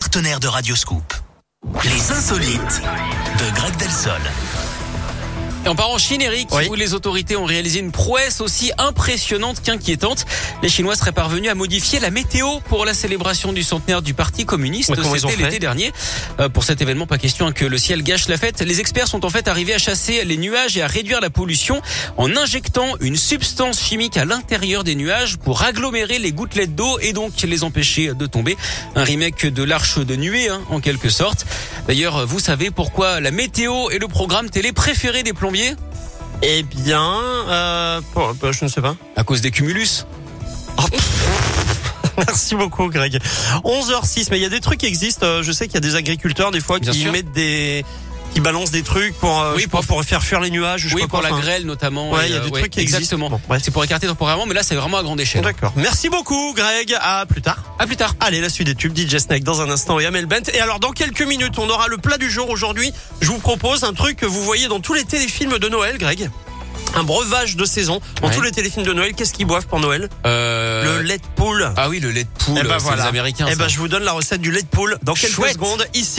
partenaire de Radioscoop. Les insolites de Greg Delsol. Et on part en Chine, Eric, Oui. où les autorités ont réalisé une prouesse aussi impressionnante qu'inquiétante. Les Chinois seraient parvenus à modifier la météo pour la célébration du centenaire du Parti communiste. Mais comment ils ont C'était fait l'été dernier. Euh, pour cet événement, pas question hein, que le ciel gâche la fête. Les experts sont en fait arrivés à chasser les nuages et à réduire la pollution en injectant une substance chimique à l'intérieur des nuages pour agglomérer les gouttelettes d'eau et donc les empêcher de tomber. Un remake de l'arche de nuée, hein, en quelque sorte. D'ailleurs, vous savez pourquoi la météo est le programme télé préféré des plombiers Eh bien, euh, pour- bah, je ne sais pas. À cause des cumulus. Merci beaucoup, Greg. 11h06, mais il y a des trucs qui existent. euh, Je sais qu'il y a des agriculteurs des fois Bien qui sûr. mettent des, qui balancent des trucs pour, euh, Oui, je sais pas, pour- pour faire fuir les nuages. Je oui, sais pas pour quoi, la enfin. grêle notamment. Ouais, Et, il y a euh, des ouais, trucs qui existent. Exactement. Bon, bref. C'est pour écarter temporairement, mais là, c'est vraiment à grande échelle. D'accord. Merci beaucoup, Greg. À plus tard. À plus tard. Allez, la suite des tubes, DJ Snake dans un instant et Amel Bent. Et alors, dans quelques minutes, on aura le plat du jour aujourd'hui. Je vous propose un truc que vous voyez dans tous les téléfilms de Noël, Greg. Un breuvage de saison. Dans Ouais. tous les téléfilms de Noël, qu'est-ce qu'ils boivent pour Noël Euh, Le lait de poule. Ah oui, le lait de poule. Eh ben c'est voilà. les Américains. Eh ça. ben, je vous donne la recette du lait de poule dans quelques Chouette. secondes ici.